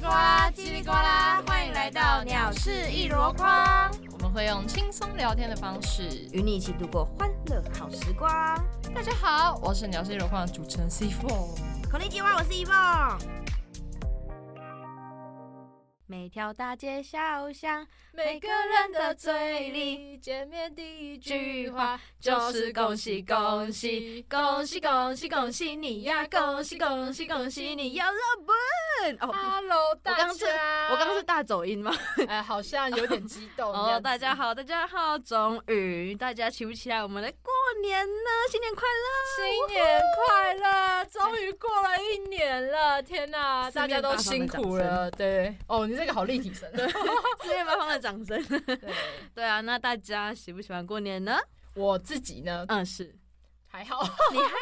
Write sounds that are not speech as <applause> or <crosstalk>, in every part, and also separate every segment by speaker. Speaker 1: 叽里呱啦，欢迎来到鸟事一箩筐，
Speaker 2: 我们会用轻松聊天的方式。
Speaker 1: 与你一起度过欢乐好时光。
Speaker 2: 大家好，我是鸟事有框的主持人 C Four。
Speaker 1: 口令计划，我是一梦。每条大街小巷，每个人的嘴里
Speaker 2: 见面第一
Speaker 1: 句话就是恭喜恭喜，恭喜恭喜恭喜你呀！恭喜恭喜恭喜你有了本哦！
Speaker 2: ！Hello，大
Speaker 1: 刚是
Speaker 2: 家，
Speaker 1: 我刚刚是大走音吗？ <laughs>
Speaker 2: 哎，好像有点激动。这
Speaker 1: 哦，
Speaker 2: 样子
Speaker 1: 大家好，大家好，终于大家期不期待我们的过年呢？新年快乐！
Speaker 2: 新年快乐！终于过了一年了，天哪，
Speaker 1: 四
Speaker 2: 大家
Speaker 1: 面
Speaker 2: 都
Speaker 1: 八方的
Speaker 2: 辛
Speaker 1: 掌
Speaker 2: 苦了。对，哦，你这个好立 <laughs> 体声。
Speaker 1: 四面八方的掌声。
Speaker 2: 对，
Speaker 1: <laughs> 对啊，那大家喜不喜欢过年呢？
Speaker 2: 我自己呢
Speaker 1: 嗯，是
Speaker 2: 还好，你还好，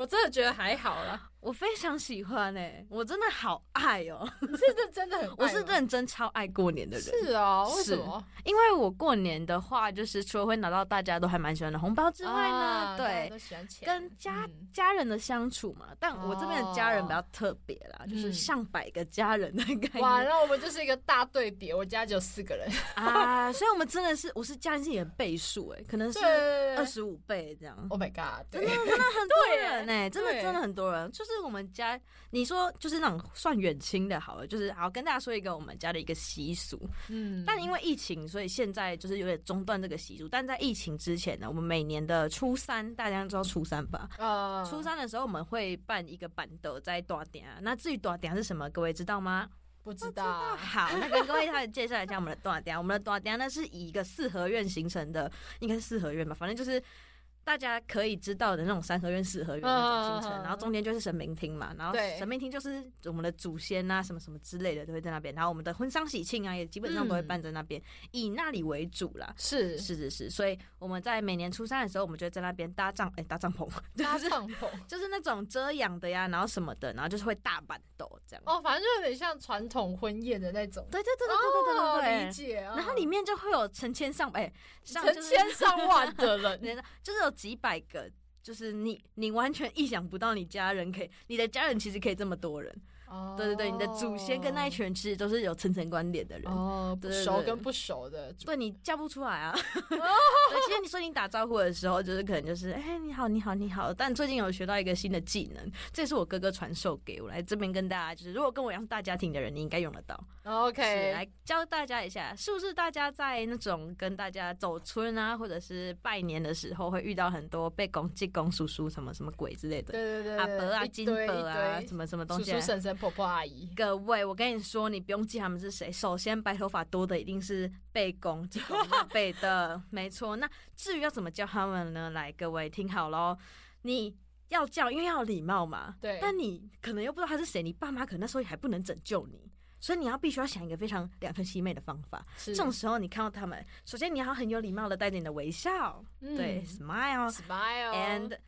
Speaker 2: <laughs> 我真的觉得还好啦。
Speaker 1: 我非常喜欢诶、我真的好爱哦、
Speaker 2: 你是真真的很爱吗，
Speaker 1: 我是认真超爱过年的人，
Speaker 2: 是哦，为
Speaker 1: 是
Speaker 2: 什么？
Speaker 1: 因为我过年的话，就是除了会拿到大家都还蛮喜欢的红包之外呢，
Speaker 2: 啊大家
Speaker 1: 对。
Speaker 2: 都喜欢钱，
Speaker 1: 跟家、
Speaker 2: 嗯
Speaker 1: 家人的相处嘛，但我这边的家人比较特别啦，就是
Speaker 2: 哦嗯
Speaker 1: 上百个家人的概念。
Speaker 2: 哇，那我们就是一个大对比，我家只有四个人，
Speaker 1: <laughs> 啊，所以我们真的是我是加进己的倍数哎、可能是
Speaker 2: 对对
Speaker 1: 二
Speaker 2: 对对
Speaker 1: 十五倍这样。
Speaker 2: ，Oh my god，
Speaker 1: 真
Speaker 2: 对
Speaker 1: 的，真的很多
Speaker 2: 对
Speaker 1: 人哎、真的
Speaker 2: <laughs> 对
Speaker 1: 真的很多人，就是我们家，你说就是那种算远亲的，好了，就是好跟大家说一个我们家的一个习俗，
Speaker 2: 嗯
Speaker 1: 但因为疫情，所以现在就是有点中断这个习俗。但在疫情之前呢，我们每年的初三，大家知道初三吧？
Speaker 2: 呃
Speaker 1: 初三的时候我们会办一个板凳在短点啊，那至于短点是什么，各位知道吗？啊
Speaker 2: 不知道，
Speaker 1: 好，那跟各位大家介绍一下我们的短点。我们的短点呢是以一个四合院形成的，应该是四合院吧，反正就是大家可以知道的那种三合院、四合院那
Speaker 2: 嗯
Speaker 1: 种形
Speaker 2: 嗯嗯
Speaker 1: 成。然后中间就是神明厅嘛，然后
Speaker 2: 对
Speaker 1: 神明厅就是我们的祖先啊、什么什么之类的都会在那边。然后我们的婚丧喜庆啊，也基本上都会办在那边，以那里为主啦。
Speaker 2: 嗯 <laughs> 是
Speaker 1: 是是是，所以我们在每年初三的时候，我们就会在那边搭帐，哎、搭帐篷，
Speaker 2: 搭帐篷。
Speaker 1: 就是那种遮阳的呀，然后什么的，然后就是会大板斗这
Speaker 2: <laughs>
Speaker 1: 样。
Speaker 2: 哦，反正就有点像传统婚宴的那种，
Speaker 1: 对对对对对对对对，
Speaker 2: 哦哦理解。然
Speaker 1: 然后里面就会有成千上百，上
Speaker 2: 成
Speaker 1: 就是
Speaker 2: 千上万的人，
Speaker 1: 人，就是有几百个，就是你你完全意想不到，你家人可以，你的家人其实可以这么多人，
Speaker 2: 哦
Speaker 1: <laughs> 对对对，你的祖先跟那一群人其实都是有层层关联的人。
Speaker 2: 哦，不
Speaker 1: 对对
Speaker 2: 熟
Speaker 1: 对
Speaker 2: 跟不熟的祖，
Speaker 1: 对你叫不出来啊！ <laughs> 对，其实你说你打招呼的时候，就是可能就是哎、你好你好你好。但最近有学到一个新的技能，这也是我哥哥传授给我来这边跟大家，就是如果跟我一样是大家庭的人，你应该用得到。是
Speaker 2: 哦
Speaker 1: 哎
Speaker 2: OK，
Speaker 1: 来教大家一下，是不是大家在那种跟大家走村啊，或者是拜年的时候，会遇到很多被公济公叔叔什么什么鬼之类的，
Speaker 2: 对对对，
Speaker 1: 阿伯啊、
Speaker 2: 一
Speaker 1: 金
Speaker 2: 堆
Speaker 1: 伯
Speaker 2: 一
Speaker 1: 啊，
Speaker 2: 堆
Speaker 1: 什么什么东
Speaker 2: 叔
Speaker 1: 西
Speaker 2: 叔
Speaker 1: 啊。
Speaker 2: 婶婶婆婆阿姨，
Speaker 1: 各位，我跟你说，你不用记他们是谁。首先，白头发多的一定是被公济公那辈的，没错。那至于要怎么叫他们呢？来，各位听好喽，你。要叫，因为要有礼貌嘛。
Speaker 2: 对
Speaker 1: 但你可能又不知道他是谁，你爸妈可能那时候也还不能拯救你，所以你要必须要想一个非常两全其美的方法。
Speaker 2: 这
Speaker 1: 这种时候，你看到他们，首先你要很有礼貌的带着你的微笑，
Speaker 2: 嗯
Speaker 1: 对，smile，and
Speaker 2: ，smile。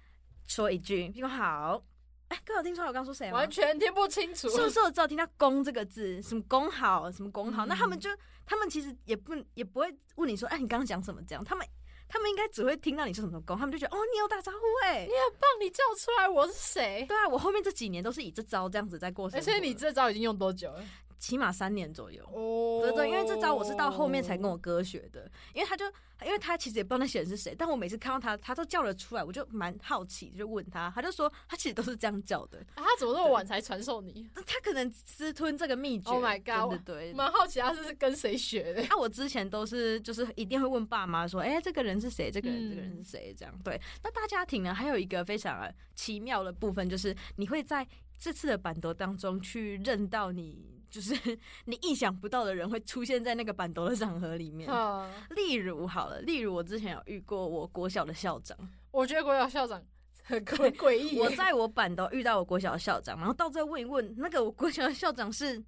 Speaker 1: 说一句“你好”。哎，各位有听出来我刚说谁吗
Speaker 2: 完？全听不清楚，
Speaker 1: 是不是我只有听到“公”这个字？什么“公好”，什么“公
Speaker 2: 嗯
Speaker 1: 好”？那他们就，他们其实也不也不会问你说，哎，你刚刚讲什么？这样，他们他们应该只会听到你说什么“公”，他们就觉得哦，你有打招呼哎、
Speaker 2: 你很棒，你叫出来我是谁？
Speaker 1: 对啊，我后面这几年都是以这招这样子在过生
Speaker 2: 而
Speaker 1: 活的，
Speaker 2: 且你这招已经用多久了？
Speaker 1: 起码三年左右。
Speaker 2: 哦
Speaker 1: 对对，因为这招我是到后面才跟我哥学的，因为他就因为他其实也不知道那些人是谁，但我每次看到他，他都叫了出来，我就蛮好奇，就问他，他就说他其实都是这样叫的，
Speaker 2: 啊，他怎么那么晚才传授你？
Speaker 1: 那他可能私吞这个秘诀。
Speaker 2: Oh my god，
Speaker 1: 对对对。
Speaker 2: 蛮好奇他是跟谁学的。
Speaker 1: <laughs> 那、啊我之前都是就是一定会问爸妈说，哎、这个人是谁？这个人、
Speaker 2: 嗯
Speaker 1: 这个人是谁？这样对。那大家庭呢，还有一个非常奇妙的部分，就是你会在这次的板斗当中去认到你，就是 <laughs> 你意想不到的人会出现在那个板斗的场合里面。
Speaker 2: <laughs> 嗯，
Speaker 1: 例如好了，例如我之前有遇过我国小的
Speaker 2: <laughs>
Speaker 1: 校长，
Speaker 2: 我觉得国小校长很诡诡异耶。
Speaker 1: 我在我板都遇到我国小的校长，然后到最后问一问，那个我国小的校长是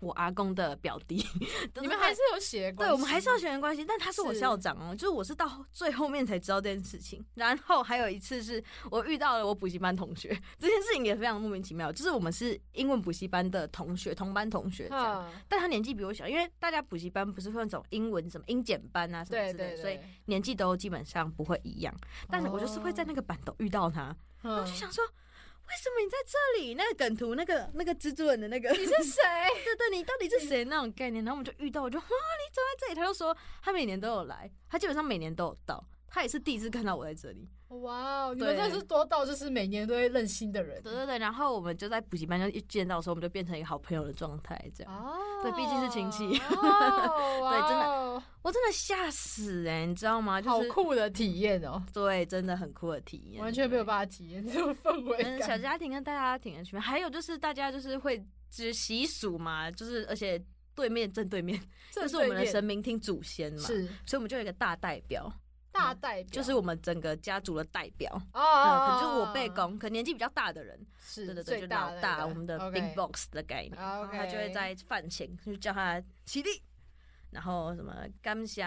Speaker 1: 我阿公的表弟， <laughs>
Speaker 2: 你们还
Speaker 1: 是
Speaker 2: 是有写关系，
Speaker 1: 对我们还是要血缘关系，但他是我
Speaker 2: 是
Speaker 1: 校长哦，就是我是到最后面才知道这件事情。然后还有一次是我遇到了我补习班同学，这件事情也非常莫名其妙，就是我们是英文补习班的同学，同班同学这样。
Speaker 2: 嗯。
Speaker 1: 但他年纪比我小，因为大家补习班不是会那种英文什么英检班啊什么
Speaker 2: 对
Speaker 1: 之类
Speaker 2: 对对，
Speaker 1: 的，所以年哦纪都基本上不会一样，但是我就是会在那个板斗遇到他，
Speaker 2: 嗯
Speaker 1: 我就想说。为什么你在这里？”那个梗图，那个那个蜘蛛人的那个，
Speaker 2: 你是
Speaker 1: <laughs>
Speaker 2: 谁？
Speaker 1: 对对，你到底是谁那种概念？然后我们就遇到，我就哇，你怎么在这里？他就说他每年都有来，他基本上每年都有到，他也是第一次看到我在这里。
Speaker 2: 哇哦，你们
Speaker 1: 对
Speaker 2: 真的是多到就是每年都会认新的人
Speaker 1: 对对对，然后我们就在补习班就一见到的时候，我们就变成一个好朋友的状态，这样。
Speaker 2: 哦，
Speaker 1: 对毕竟是亲戚
Speaker 2: 哦
Speaker 1: <laughs> 对真
Speaker 2: 哇
Speaker 1: 的
Speaker 2: 哦
Speaker 1: 我真的吓死哎、你知道吗？
Speaker 2: 好
Speaker 1: 就是
Speaker 2: 酷的体验哦，
Speaker 1: 对，真的很酷的体验，
Speaker 2: 完全没有
Speaker 1: 对
Speaker 2: 办法体验这种氛围
Speaker 1: 嗯，小
Speaker 2: 感。
Speaker 1: 家庭跟大家庭的区别，还有就是大家就是会就是习俗嘛，就是而且对面正对面
Speaker 2: 这
Speaker 1: 就是我们的
Speaker 2: 对面
Speaker 1: 神明厅祖先嘛，
Speaker 2: 是
Speaker 1: 所以我们就有一个大代表，
Speaker 2: 大代表，
Speaker 1: 就是我们整个家族的代表，
Speaker 2: 哦
Speaker 1: 嗯，可
Speaker 2: 哦，
Speaker 1: 能就是我
Speaker 2: 哦
Speaker 1: 辈，公，可能年纪比较大的人，
Speaker 2: 是
Speaker 1: 对对对，
Speaker 2: 最
Speaker 1: 就
Speaker 2: 大
Speaker 1: 老
Speaker 2: 的那
Speaker 1: 大，
Speaker 2: 个
Speaker 1: 我们的
Speaker 2: OK
Speaker 1: big box 的概念，然后他就会
Speaker 2: OK
Speaker 1: 在饭前就叫他起立，然后什么感谢。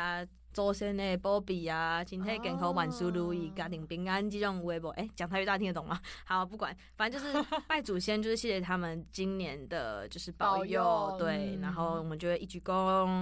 Speaker 1: 祖先的保庇啊，身体健康，万事如意，
Speaker 2: 哦
Speaker 1: 家庭平安，这种微博，哎、讲台语大家听得懂吗？好，不管，反正就是
Speaker 2: <laughs>
Speaker 1: 拜祖先，就是谢谢他们今年的，就是保佑，
Speaker 2: 保佑
Speaker 1: 对。
Speaker 2: 嗯
Speaker 1: 然后我们就会一鞠躬、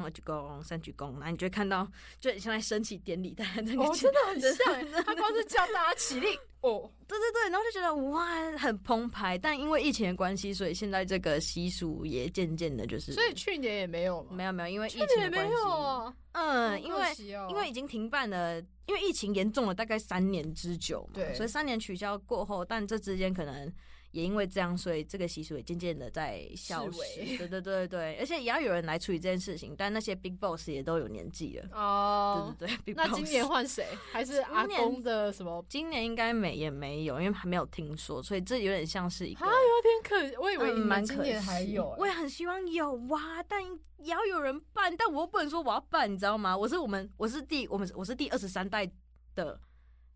Speaker 1: 二鞠躬、三鞠躬，然后你就会看到，就很像在升旗典礼，大家 <laughs> 那个
Speaker 2: 哦，
Speaker 1: 气
Speaker 2: 真的很像欸，他光是叫大家起立，哦，
Speaker 1: <laughs> 对对对，然后就觉得哇，很澎湃。但因为疫情的关系，所以现在这个习俗也渐渐的，就是
Speaker 2: 所以去年也没有嘛，
Speaker 1: 没有没有，因为疫
Speaker 2: 去
Speaker 1: 情
Speaker 2: 年也
Speaker 1: 的关
Speaker 2: 没
Speaker 1: 系，
Speaker 2: 有啊，好可
Speaker 1: 嗯，因为
Speaker 2: 惜哦
Speaker 1: 因为已经停办了，因为疫情严重了大概三年之久嘛
Speaker 2: 对，
Speaker 1: 所以三年取消过后，但这之间可能。也因为这样，所以这个习俗也渐渐的在消
Speaker 2: 式
Speaker 1: 失
Speaker 2: 微。
Speaker 1: 对对对对，而且也要有人来处理这件事情，但那些 big boss 也都有年纪了。
Speaker 2: 哦，
Speaker 1: 对对对，big
Speaker 2: 那今
Speaker 1: boss
Speaker 2: 年换谁？还是阿公的什么？
Speaker 1: 今年应该没也没有，因为还没有听说，所以这有点像是一个
Speaker 2: 啊，有点可，我以为
Speaker 1: 嗯
Speaker 2: 你
Speaker 1: 蛮
Speaker 2: 们
Speaker 1: 可
Speaker 2: 今
Speaker 1: 惜，
Speaker 2: 年还有欸，
Speaker 1: 我也很希望有哇，但也要有人办，但我又不能说我要办，你知道吗？我是我们，我是第我们我是第二十三代的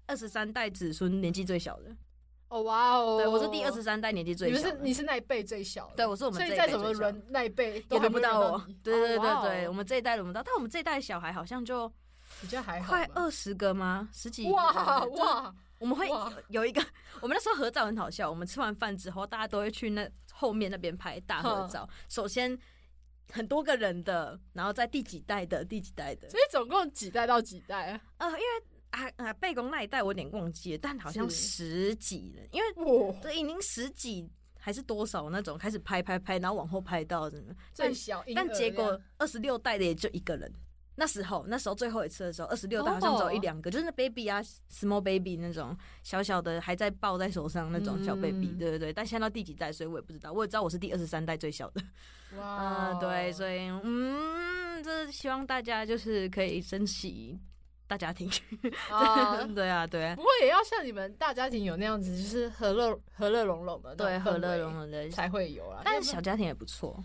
Speaker 1: 二十三代子孙，年纪最小的。
Speaker 2: 哦哇哦，
Speaker 1: 对，我是第二十，三代，年纪
Speaker 2: 你
Speaker 1: 最
Speaker 2: 们
Speaker 1: 小
Speaker 2: 是
Speaker 1: 的。
Speaker 2: 你是那一辈最小的，
Speaker 1: 对，我是我们
Speaker 2: 所
Speaker 1: 这
Speaker 2: 以
Speaker 1: 一
Speaker 2: 再
Speaker 1: 代
Speaker 2: 怎
Speaker 1: 最
Speaker 2: 么
Speaker 1: 小的
Speaker 2: 轮那一辈
Speaker 1: 也
Speaker 2: 还
Speaker 1: 轮
Speaker 2: 没
Speaker 1: 不到
Speaker 2: 轮
Speaker 1: 我
Speaker 2: 你。
Speaker 1: 对对对
Speaker 2: 哦
Speaker 1: 对
Speaker 2: 哇
Speaker 1: 对，我
Speaker 2: 哦
Speaker 1: 们这一代轮不到，但我们这一代小孩好像就
Speaker 2: 比较还好吧，
Speaker 1: 快二十个吗？十几？
Speaker 2: 哇
Speaker 1: 就是
Speaker 2: 哇，
Speaker 1: 我们会
Speaker 2: 哇
Speaker 1: 有一个， <laughs> 我们那时候合照很好笑。我们吃完饭之后，大家都会去那后面那边拍大合照。首先很多个人的，然后在第几代的，第几代的。
Speaker 2: 所以总共几代到几代啊？
Speaker 1: 呃，因为啊啊，背公那一代我有点忘记了，但好像十几人，因为
Speaker 2: 哇，
Speaker 1: 对已经十几还是多少那种开始拍拍拍，然后往后拍到什么，
Speaker 2: 最小婴儿
Speaker 1: 但结
Speaker 2: 这
Speaker 1: 果
Speaker 2: 样
Speaker 1: 二十六代的也就一个人。那时候，那时候最后一次的时候，二十六代好像只有一两个就是那 baby 啊，small baby 那种小小的，还在抱在手上那种小 baby，、
Speaker 2: 嗯
Speaker 1: 对对对。但现在到第几代，所以我也不知道，我也知道我是第二十三代最小的。
Speaker 2: 哇
Speaker 1: 嗯，对，所以嗯，这希望大家就是可以珍惜大家庭。。
Speaker 2: 啊
Speaker 1: <laughs> 对啊，对啊，
Speaker 2: 不过也要像你们大家庭有那样子，就是和乐和乐融融的那种
Speaker 1: 对，和
Speaker 2: 氛
Speaker 1: 乐
Speaker 2: 围
Speaker 1: 融融的。
Speaker 2: 才会有啦。
Speaker 1: 但
Speaker 2: 要
Speaker 1: 是
Speaker 2: 不
Speaker 1: 小家庭也不错。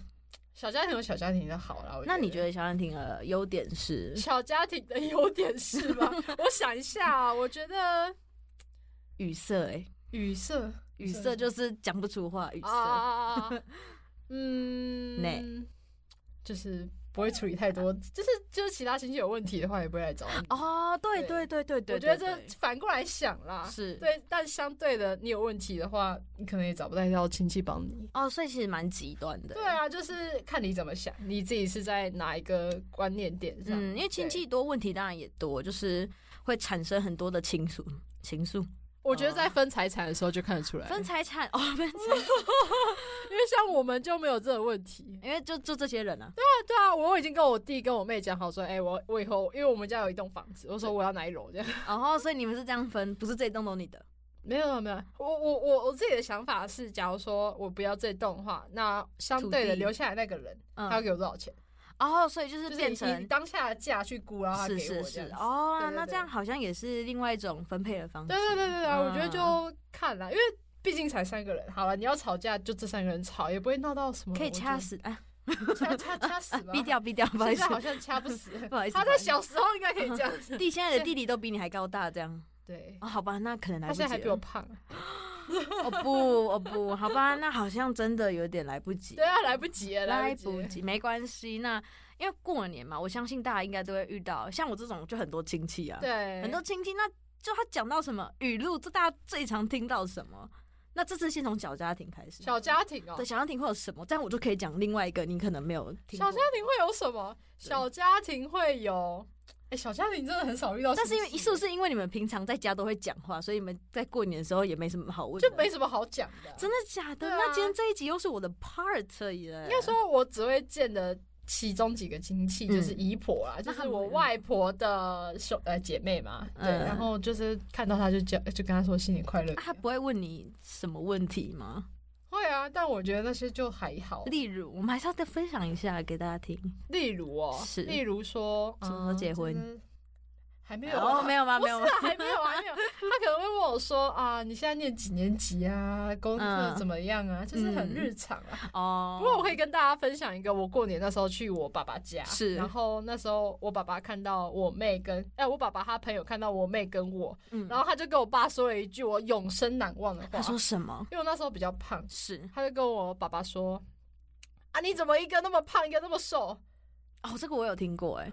Speaker 2: 小家庭有小家庭的好啦。我
Speaker 1: 那你觉
Speaker 2: 得
Speaker 1: 得小家庭的优点是？
Speaker 2: 小家庭的优点是吗？ <laughs> 我想一下啊，我觉得
Speaker 1: 语塞、欸，
Speaker 2: 语塞，
Speaker 1: 语塞就是讲不出话，语塞。
Speaker 2: 啊啊啊啊啊嗯，
Speaker 1: 内
Speaker 2: 就是不会处理太多，就是就是其他亲戚有问题的话，也不会来找你。
Speaker 1: 哦，对
Speaker 2: 对
Speaker 1: 对对对对，
Speaker 2: 我觉得
Speaker 1: 对
Speaker 2: 这反过来想啦，
Speaker 1: 是
Speaker 2: 对，但相对的，你有问题的话，你可能也找不到亲戚帮你。
Speaker 1: 哦，所以其实蛮极端的。
Speaker 2: 对，啊，就是看你怎么想，你自己是在哪一个观念点上？
Speaker 1: 嗯，因为亲戚
Speaker 2: 对，
Speaker 1: 多，问题当然也多，就是会产生很多的情愫。情愫
Speaker 2: 我觉得在分财产的时候就看得出来，
Speaker 1: 分财产哦，分财，
Speaker 2: 因为像我们就没有这个问题。
Speaker 1: 因为就就这些人啊，
Speaker 2: 啊对啊，我已经跟我弟跟我妹讲好说，哎、我我以后因为我们家有一栋房子，我说我要哪一楼这样。
Speaker 1: 然后所以你们是这样分，不是这一栋都你的
Speaker 2: <laughs> 没有没有，我我我我自己的想法是，假如说我不要这栋的话，那相对
Speaker 1: 土
Speaker 2: 的
Speaker 1: 地
Speaker 2: 留下来那个人，
Speaker 1: 嗯
Speaker 2: 他要给我多少钱？
Speaker 1: 哦，所以就是
Speaker 2: 就是
Speaker 1: 变
Speaker 2: 以以
Speaker 1: 成
Speaker 2: 当下的价去估，然后他给
Speaker 1: 是
Speaker 2: 我
Speaker 1: 是
Speaker 2: 这
Speaker 1: 是
Speaker 2: 样子
Speaker 1: 哦
Speaker 2: 对，对
Speaker 1: 那
Speaker 2: 对
Speaker 1: 这样好像也是另外一种分配的方式
Speaker 2: 对。对对对对啊，
Speaker 1: 嗯
Speaker 2: 我觉得就看啦，因为毕竟才三个人，好了，你要吵架就这三个人吵，也不会闹到什么，
Speaker 1: 可以
Speaker 2: 我觉
Speaker 1: 掐
Speaker 2: 得
Speaker 1: 死哎，
Speaker 2: 掐掐掐 <laughs> 死吧，
Speaker 1: 逼。掉逼掉， <laughs> 不好意
Speaker 2: 现
Speaker 1: 思
Speaker 2: 在，好像掐不死，
Speaker 1: <laughs> 不好意思
Speaker 2: 他
Speaker 1: 不
Speaker 2: 在
Speaker 1: 好意思
Speaker 2: 小时候应该可以这样
Speaker 1: <laughs>
Speaker 2: 子。
Speaker 1: 弟现在的弟弟都比你还高大，这样
Speaker 2: 对，
Speaker 1: 哦，好吧，那可能来
Speaker 2: 他
Speaker 1: 不及
Speaker 2: 现在还比我
Speaker 1: 了。
Speaker 2: 胖。啊
Speaker 1: 哦不哦不，好吧，那好像真的有点来不及。
Speaker 2: 对啊，来不及了，
Speaker 1: 来
Speaker 2: 不
Speaker 1: 不
Speaker 2: 及。
Speaker 1: 及，没关系。那因为过年嘛，我相信大家应该都会遇到，像我这种就很多亲戚啊，
Speaker 2: 对，
Speaker 1: 很多亲戚，那就他讲到什么语录，这大家最常听到什么？那这次先从小家庭开始，
Speaker 2: 小家庭哦
Speaker 1: 对，小家庭会有什么？这样我就可以讲另外一个你可能没有听
Speaker 2: 小
Speaker 1: 过
Speaker 2: 家庭会有什么？小家庭会有哎、小嘉玲真的很少遇到亲
Speaker 1: 但
Speaker 2: 戚，
Speaker 1: 是因为是不是因为你们平常在家都会讲话，所以你们在过年的时候也没什么好问的，
Speaker 2: 就没什么好讲的啊、
Speaker 1: 真的假的？
Speaker 2: 对啊
Speaker 1: 那今天这一集又是我的 part 耶，
Speaker 2: 应该说，我只会见的其中几个亲戚
Speaker 1: 嗯
Speaker 2: 就是姨婆啦，就是我外婆的兄呃姐妹嘛。对，
Speaker 1: 嗯
Speaker 2: 然后就是看到她就叫，就跟她说新年快乐
Speaker 1: 啊。他不会问你什么问题吗？
Speaker 2: 会啊，但我觉得那些就还好。例
Speaker 1: 例如，我们还是要再分享一下给大家听。
Speaker 2: 例如哦，
Speaker 1: 是
Speaker 2: 例如说
Speaker 1: 什么时候结
Speaker 2: 嗯
Speaker 1: 婚，
Speaker 2: 就是还没有啊
Speaker 1: 哦，没有吗？没有吗
Speaker 2: 不是？ <laughs> 啊还没有，还没有。他可能会问我说啊，你现在念几年级啊？功课
Speaker 1: 嗯
Speaker 2: 怎么样啊？就是很
Speaker 1: 嗯
Speaker 2: 日常啊。
Speaker 1: <laughs> 哦，
Speaker 2: 不过我可以跟大家分享一个，我过年那时候去我爸爸家，
Speaker 1: 是
Speaker 2: 然后那时候我爸爸看到我妹跟哎、我爸爸他朋友看到我妹跟我，
Speaker 1: 嗯
Speaker 2: 然后他就跟我爸说了一句我永生难忘的
Speaker 1: 他
Speaker 2: 话，
Speaker 1: 说什么？
Speaker 2: 因为我那时候比较胖，
Speaker 1: 是
Speaker 2: 他就跟我爸爸说。啊！你怎么一个那么胖，一个那么瘦？我
Speaker 1: 哦，这个我有听过 <laughs> 哎、
Speaker 2: 超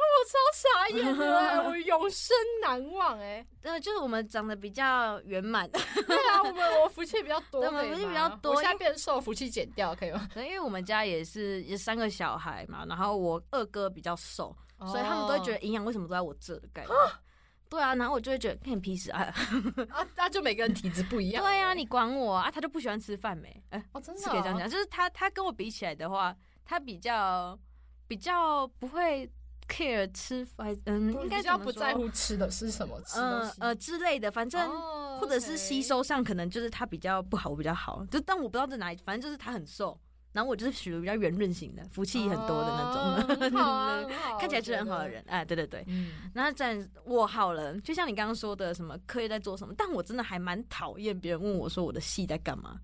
Speaker 2: 傻眼的、哎我永生难忘哎、
Speaker 1: 呃，就是我们长得比较圆满， <laughs>
Speaker 2: 对啊，我们我福气比较多，
Speaker 1: 对我们
Speaker 2: 可以
Speaker 1: 福气比
Speaker 2: 吗
Speaker 1: 较多
Speaker 2: 我现在
Speaker 1: 因为
Speaker 2: 变瘦，福气减掉可以吗？
Speaker 1: 可能因为我们家也是也三个小孩嘛，然后我二哥比较瘦，所以他们都会觉得营养为什么都在我这 <gasps> 的概念。对啊，然后我就会觉得看你屁事啊！ <laughs>
Speaker 2: 得啊，那就每个人体质不一样。欸
Speaker 1: 对啊，你管我啊！啊他就不喜欢吃饭没？ <laughs> 哎、
Speaker 2: 哦，真的
Speaker 1: 是可以这样
Speaker 2: 啊，
Speaker 1: 讲，就是他他跟我比起来的话，他比较比较不会 care 吃饭，嗯，
Speaker 2: 不
Speaker 1: 应该
Speaker 2: 比较
Speaker 1: 怎么
Speaker 2: 不
Speaker 1: 说
Speaker 2: 在，乎吃的是什么吃东
Speaker 1: 呃
Speaker 2: 西，
Speaker 1: 呃之类的，反正、
Speaker 2: 哦
Speaker 1: 或者是吸
Speaker 2: OK
Speaker 1: 收上可能就是他比较不好，我比较好，就但我不知道在哪里，反正就是他很瘦，然后我就是属于比较圆润型的，福气很多的那
Speaker 2: 哦
Speaker 1: <laughs> 种，
Speaker 2: 很好啊很好啊
Speaker 1: 看起来是很好
Speaker 2: 我
Speaker 1: 的。
Speaker 2: 觉得
Speaker 1: 人，哎，对对对。
Speaker 2: 嗯，
Speaker 1: 然后在我好了，就像你刚刚说的，什么课业在做什么，但我真的还蛮讨厌别人问我说我的戏在干嘛，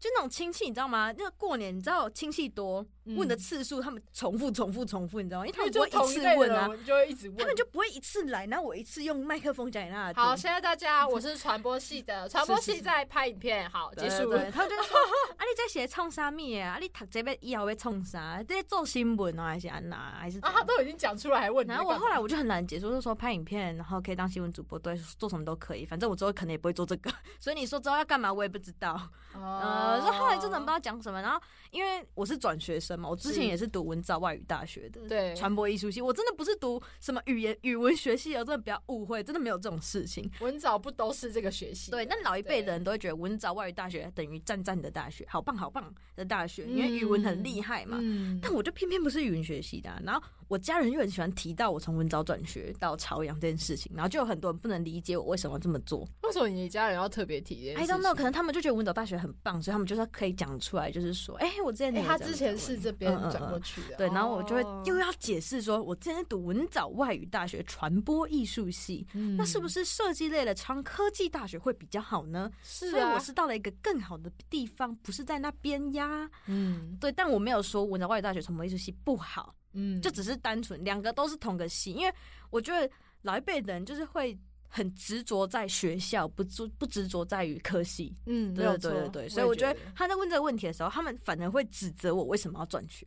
Speaker 1: 就那种亲戚，你知道吗？那个过年，你知道亲戚多，
Speaker 2: 嗯
Speaker 1: 问的次数他们重复、重复、重复，你知道吗？因为
Speaker 2: 因
Speaker 1: 他
Speaker 2: 为
Speaker 1: 们不
Speaker 2: 就是同
Speaker 1: 会一
Speaker 2: 一
Speaker 1: 次
Speaker 2: 类
Speaker 1: 问
Speaker 2: 的
Speaker 1: 啊，
Speaker 2: 人，就会一直问。
Speaker 1: 他们就不会一次来，然后我一次用麦克风讲给他听。
Speaker 2: 好，现在大家，我是传播系
Speaker 1: <laughs>
Speaker 2: 的，传播系在拍影片，好，
Speaker 1: 对
Speaker 2: 结束
Speaker 1: 对对他们就会说：“ <laughs> 啊，你在写创啥物啊？啊，你读这边以后要创啥？这做新闻啊，还是安哪？还是怎
Speaker 2: 啊，
Speaker 1: 样
Speaker 2: 他都已经讲出来，还 <laughs> 问你
Speaker 1: 然
Speaker 2: 在
Speaker 1: 后
Speaker 2: 干
Speaker 1: 我
Speaker 2: 嘛。
Speaker 1: 后来我就很难解说，就说拍影片，然后可以当新闻主播，对，做什么都可以，反正我之后可能也不会做这个， <laughs> 所以你说之后要干嘛，我也不知道。呃，
Speaker 2: 哦
Speaker 1: 说后来真的不知道讲什么。然后因为我是转学生嘛，我之前
Speaker 2: 是
Speaker 1: 也是读文藻外语大学的，
Speaker 2: 对
Speaker 1: 传播艺术系，我真的不是读什么语言语文学系哦，真的不要误会，真的没有这种事情。
Speaker 2: 文藻不都是这个学习的？
Speaker 1: 对，但老一辈
Speaker 2: 对
Speaker 1: 的人都会觉得文藻外语大学等于赞赞的大学，好棒好棒的大学，
Speaker 2: 嗯
Speaker 1: 因为语文很厉害嘛。
Speaker 2: 嗯
Speaker 1: 但我就偏偏不是语文学系的啊、然后我家人又很喜欢提到我从文藻转学到朝阳这件事情，然后就有很多人不能理解我为什么这么做。
Speaker 2: 为什么你家人要特别体验
Speaker 1: I don't know，可能他们就觉得文藻大学很棒，所以他们就是可以讲出来，就是说，哎、我之前
Speaker 2: 哎，
Speaker 1: 念
Speaker 2: 他
Speaker 1: 这样
Speaker 2: 之前
Speaker 1: 文藻
Speaker 2: 是这边
Speaker 1: 嗯嗯嗯
Speaker 2: 转过去的，
Speaker 1: 对，然后我就会
Speaker 2: 哦
Speaker 1: 又要解释说，我之前是读文藻外语大学传播艺术系，
Speaker 2: 嗯
Speaker 1: 那是不是设计类的常科技大学会比较好呢？
Speaker 2: 是
Speaker 1: 所以
Speaker 2: 啊？
Speaker 1: 我是到了一个更好的地方，不是在那边呀。
Speaker 2: 嗯
Speaker 1: 对，但我没有说文藻外语大学传播艺术系不好，
Speaker 2: 嗯，
Speaker 1: 就只是单纯两个都是同个系，因为我觉得老一辈的人就是会很执着在学校，不执不执着在于科系。
Speaker 2: 嗯，没
Speaker 1: 对
Speaker 2: 有
Speaker 1: 对对对
Speaker 2: 错
Speaker 1: 对，所以我觉得
Speaker 2: 会
Speaker 1: 他在问这个问题的时候，他们反而会指责我为什么要转学，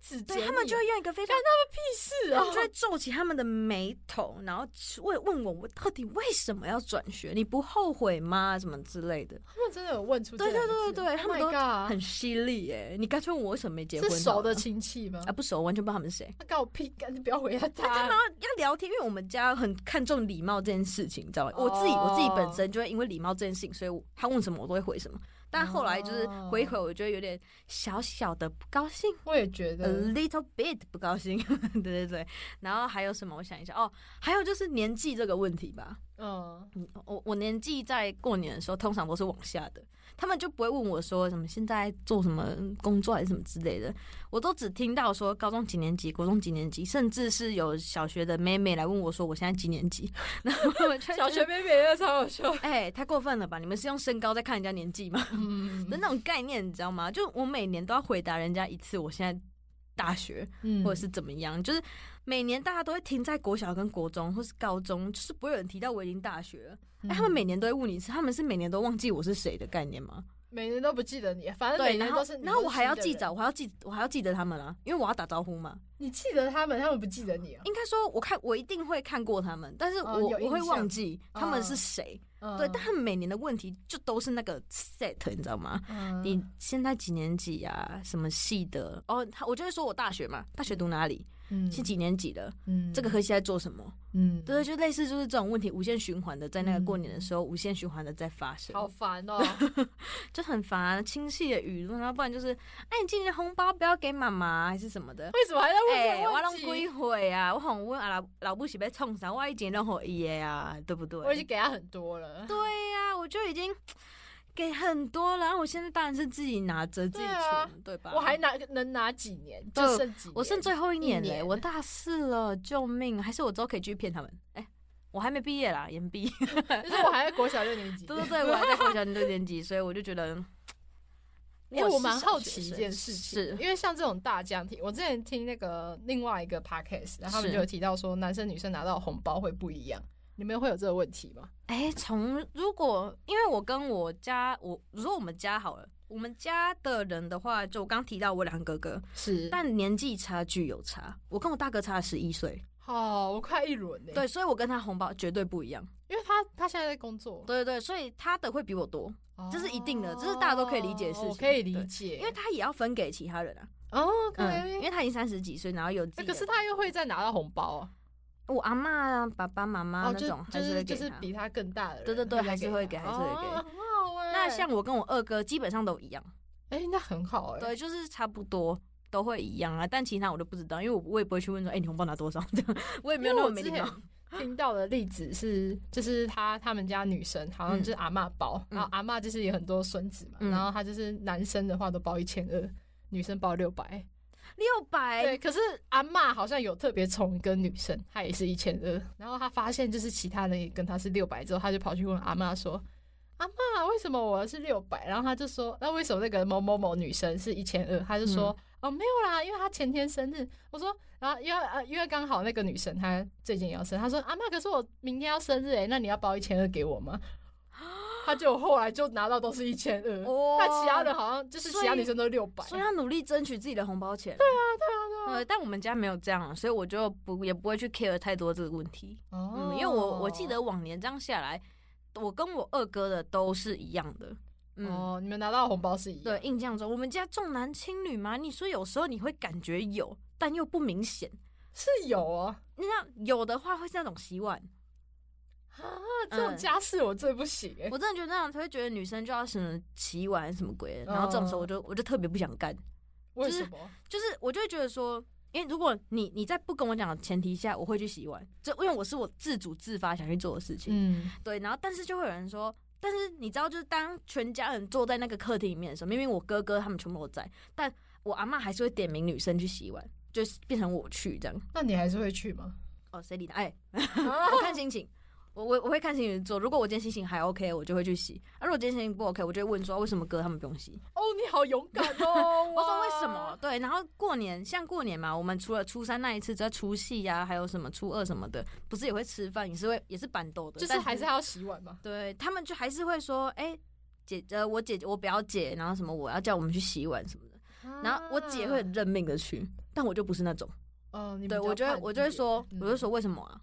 Speaker 2: 指
Speaker 1: 对他们就
Speaker 2: 会
Speaker 1: 会哦用一个非常，
Speaker 2: 是
Speaker 1: 他
Speaker 2: 啊
Speaker 1: 们，就会皱起他们的眉头，然后问问我我到底为什么要转学，你不后悔吗？什么之类的。
Speaker 2: 他们真的有问出
Speaker 1: 对
Speaker 2: 这两
Speaker 1: 对
Speaker 2: 个
Speaker 1: 对对
Speaker 2: 字
Speaker 1: 他们都
Speaker 2: Oh my god
Speaker 1: 很犀利耶、你干脆问我为什么没结婚好了？
Speaker 2: 是熟的亲戚吗
Speaker 1: 啊，？不熟，完全不知道他们是谁。
Speaker 2: 他告我屁干，你不要回答
Speaker 1: 干
Speaker 2: 他
Speaker 1: 嘛。要聊天？因为我们家很看重礼貌这件事情，你知道吗？我自己
Speaker 2: 哦
Speaker 1: 我自己本身就会因为礼貌这件事情，所以我他问什么我都会回什么。但后来就是
Speaker 2: 哦
Speaker 1: 回一回，我就有点小小的不高兴
Speaker 2: 我也觉
Speaker 1: ，a
Speaker 2: 得
Speaker 1: little bit 不高兴。 <laughs> 对对对。然后还有什么？我想一下哦，还有就是年纪这个问题吧。
Speaker 2: 嗯，
Speaker 1: 嗯我我年纪在过年的时候通常都是往下的，他们就不会问我说什么现在做什么工作还是什么之类的，我都只听到说高中几年级、国中几年级，甚至是有小学的妹妹来问我说我现在几年级， <laughs> 然后我就
Speaker 2: 小学妹妹也超好笑。
Speaker 1: 哎、太过分了吧？你们是用身高在看人家年纪吗？ <laughs>
Speaker 2: 嗯
Speaker 1: 的那种概念你知道吗？就我每年都要回答人家一次，我现在。大学
Speaker 2: 嗯
Speaker 1: 或者是怎么样，就是每年大家都会停在国小跟国中或是高中，就是不会有人提到我已经大学了。
Speaker 2: 嗯
Speaker 1: 哎、他们每年都会问你一次，他们是每年都忘记我是谁的概念吗？
Speaker 2: 每年都不记得你，反正每
Speaker 1: 对，
Speaker 2: 年
Speaker 1: 然
Speaker 2: 都
Speaker 1: 后
Speaker 2: 是你
Speaker 1: 然后
Speaker 2: 都
Speaker 1: 我
Speaker 2: 是
Speaker 1: 还
Speaker 2: 新
Speaker 1: 要
Speaker 2: 的
Speaker 1: 记
Speaker 2: 人
Speaker 1: 着，我还要记，我还要记得他们啊，因为我要打招呼嘛。
Speaker 2: 你记得他们，他们不记得你啊。
Speaker 1: 应该说，我看我一定会看过他们，但是我、
Speaker 2: 哦有
Speaker 1: 我会
Speaker 2: 印象哦
Speaker 1: 忘记他们是谁。
Speaker 2: 嗯
Speaker 1: 对，但他们每年的问题就都是那个 set，你知道吗？
Speaker 2: 但
Speaker 1: 你现在几年级啊？什么系的？哦，他我就会说我大学嘛，大学读哪里？
Speaker 2: 嗯
Speaker 1: 是几年级的？
Speaker 2: 嗯
Speaker 1: 这个科系在做什么？
Speaker 2: 嗯，
Speaker 1: 对，就类似就是这种问题无限循环的，在那个过年的时候无限循环的在发生，
Speaker 2: 好烦
Speaker 1: <laughs>
Speaker 2: 哦，
Speaker 1: 就很烦啊亲戚的舆论，然后不然就是，哎，你今年红包不要给妈妈还是什么的。
Speaker 2: 为什么还在问
Speaker 1: 哎、
Speaker 2: 这
Speaker 1: 我
Speaker 2: 个
Speaker 1: 拢
Speaker 2: 问
Speaker 1: 几
Speaker 2: 题？
Speaker 1: 岁啊？我哄问啊，老老母是被冲啥？我以前拢好伊的啊，对不对？
Speaker 2: 我已经给他很多了。
Speaker 1: 对呀、我就已经给很多了，然后我现在当然是自己拿着自己
Speaker 2: 对啊
Speaker 1: 存，对吧？
Speaker 2: 我还拿能拿几年？就
Speaker 1: 对
Speaker 2: 剩几年？
Speaker 1: 我剩最后一年嘞、
Speaker 2: 一年
Speaker 1: 我大四了，救命！还是我之后可以继续骗他们？哎、我还没毕业啦，
Speaker 2: <laughs>
Speaker 1: 延毕。
Speaker 2: 就是我还在国小六年级。
Speaker 1: <laughs> 对对对，我还在国小六年级，所以我就觉得，嗯
Speaker 2: 因哎为我蛮好奇一件事情，
Speaker 1: 是
Speaker 2: 因为像这种大家庭，我之前听那个另外一个 podcast，然后他们
Speaker 1: 是
Speaker 2: 就有提到说，男生女生拿到红包会不一样，你们会有这个问题吗？
Speaker 1: 哎，从如果因为我跟我家，我如果我们家好了，我们家的人的话，就我刚提到我两个哥哥，
Speaker 2: 是但
Speaker 1: 但年纪差距有差，我跟我大哥差十一岁，
Speaker 2: 好，我快一轮欸呢、
Speaker 1: 对，，所以我跟他红包绝对不一样。
Speaker 2: 因为他他现在在工作，
Speaker 1: 对对对，所以他的会比我多，
Speaker 2: 哦
Speaker 1: 这是一定的这是大家都可以理解的事情
Speaker 2: 我哦可以理解，
Speaker 1: 因为他也要分给其他人啊。
Speaker 2: 哦
Speaker 1: 嗯，因
Speaker 2: ，OK，、
Speaker 1: 为他已经三十几岁，然后有自己
Speaker 2: 那哎
Speaker 1: 的。
Speaker 2: 可是他又会再拿到红包啊，
Speaker 1: 我阿妈、爸爸妈妈
Speaker 2: 哦，
Speaker 1: 啊那
Speaker 2: 就
Speaker 1: 种，还
Speaker 2: 就是
Speaker 1: 会
Speaker 2: 是
Speaker 1: 给
Speaker 2: 就是
Speaker 1: 他
Speaker 2: 比他更大的人，
Speaker 1: 对对对还是会给
Speaker 2: 给他，
Speaker 1: 还是会给
Speaker 2: 哦很好哎、
Speaker 1: 那像我跟我二哥基本上都一样，
Speaker 2: 哎、那很好哎、
Speaker 1: 对，就是差不多都会一样啊。但其他我都不知道，因为我我也不会去问说，哎、你红包拿多少？这样我也没有
Speaker 2: 因为
Speaker 1: 那么
Speaker 2: 我
Speaker 1: 没
Speaker 2: 之
Speaker 1: 礼
Speaker 2: 前
Speaker 1: 貌。
Speaker 2: <laughs> 听到的例子是，就是他他们家女生好像就是阿嬷包，
Speaker 1: 嗯
Speaker 2: 然后阿嬷就是有很多孙子嘛，
Speaker 1: 嗯
Speaker 2: 然后他就是男生的话都包一千二，女生包六百。
Speaker 1: 六百
Speaker 2: 对，可是阿嬷好像有特别宠一个女生，她也是一千二，然后她发现就是其他人也跟她是六百之后，她就跑去问阿嬷说。阿嬷，为什么我是六百？然后她就说，那为什么那个某某某女生是一千二？她就说，
Speaker 1: 嗯
Speaker 2: 哦，没有啦，因为她前天生日。我说，然后因为呃，因为刚好那个女生她最近也要生，她说，阿嬷，可是我明天要生日诶、欸那你要包一千二给我吗？她就后来就拿到都是一千二，
Speaker 1: 哦
Speaker 2: 但其他人好像就是其
Speaker 1: 所
Speaker 2: 他
Speaker 1: 以
Speaker 2: 女生都六百。
Speaker 1: 所以要努力争取自己的红包钱。对啊，对啊，对啊。但我们家没有这样，所以我就不也不会去 care 太多这个问题。
Speaker 2: 哦
Speaker 1: 嗯，因为我我记得往年这样下来，我跟我二哥的都是一样的。嗯，
Speaker 2: 哦，你们拿到红包是一样
Speaker 1: 对，，印象中我们家重男轻女嘛，你说有时候你会感觉有，但又不明显。
Speaker 2: 是有
Speaker 1: 嗯
Speaker 2: 哦。
Speaker 1: 那有的话会是那种洗碗，
Speaker 2: 啊，这种家事我最不行哎、
Speaker 1: 我真的觉得那样才会觉得女生就要什么洗碗什么鬼的，然后这种时候我就我就特别不想干，
Speaker 2: 为
Speaker 1: 就是
Speaker 2: 什么？
Speaker 1: 就是我就会觉得说，因为如果你你在不跟我讲的前提下，我会去洗碗，这因为我是我自主自发想去做的事情，
Speaker 2: 嗯，
Speaker 1: 对，然后但是就会有人说。但是你知道，就是当全家人坐在那个客厅里面的时候，明明我哥哥他们全部都在，但我阿妈还是会点名女生去洗碗，就是变成我去这样。
Speaker 2: 那你还是会去
Speaker 1: <laughs>
Speaker 2: 吗？
Speaker 1: 哦，谁理他？哎、
Speaker 2: 啊
Speaker 1: <laughs> 我看心情，我我我会看心情做。如果我今天心情还 OK，我就会去洗；啊而、如果今天心情不 OK，我就会问说为什么哥他们不用洗？
Speaker 2: 哦，你好勇敢哦！
Speaker 1: 我说
Speaker 2: 哇
Speaker 1: 为什么？？对，然后过年像过年嘛，我们除了初三那一次之外，除夕呀、还有什么初二什么的，不是也会吃饭，也是会也是板豆的，
Speaker 2: 就是
Speaker 1: 但
Speaker 2: 还是还要洗碗吗？
Speaker 1: 对他们就还是会说，哎、姐，呃，我姐我表姐，然后什么我要叫我们去洗碗什么的， <laughs> 然后我姐会
Speaker 2: 啊
Speaker 1: 很，认命的去，但我就不是那种，
Speaker 2: 哦，你比
Speaker 1: 对
Speaker 2: 较
Speaker 1: 我就会
Speaker 2: 叛逆
Speaker 1: 我就会说，
Speaker 2: 嗯
Speaker 1: 我就说为什么啊？？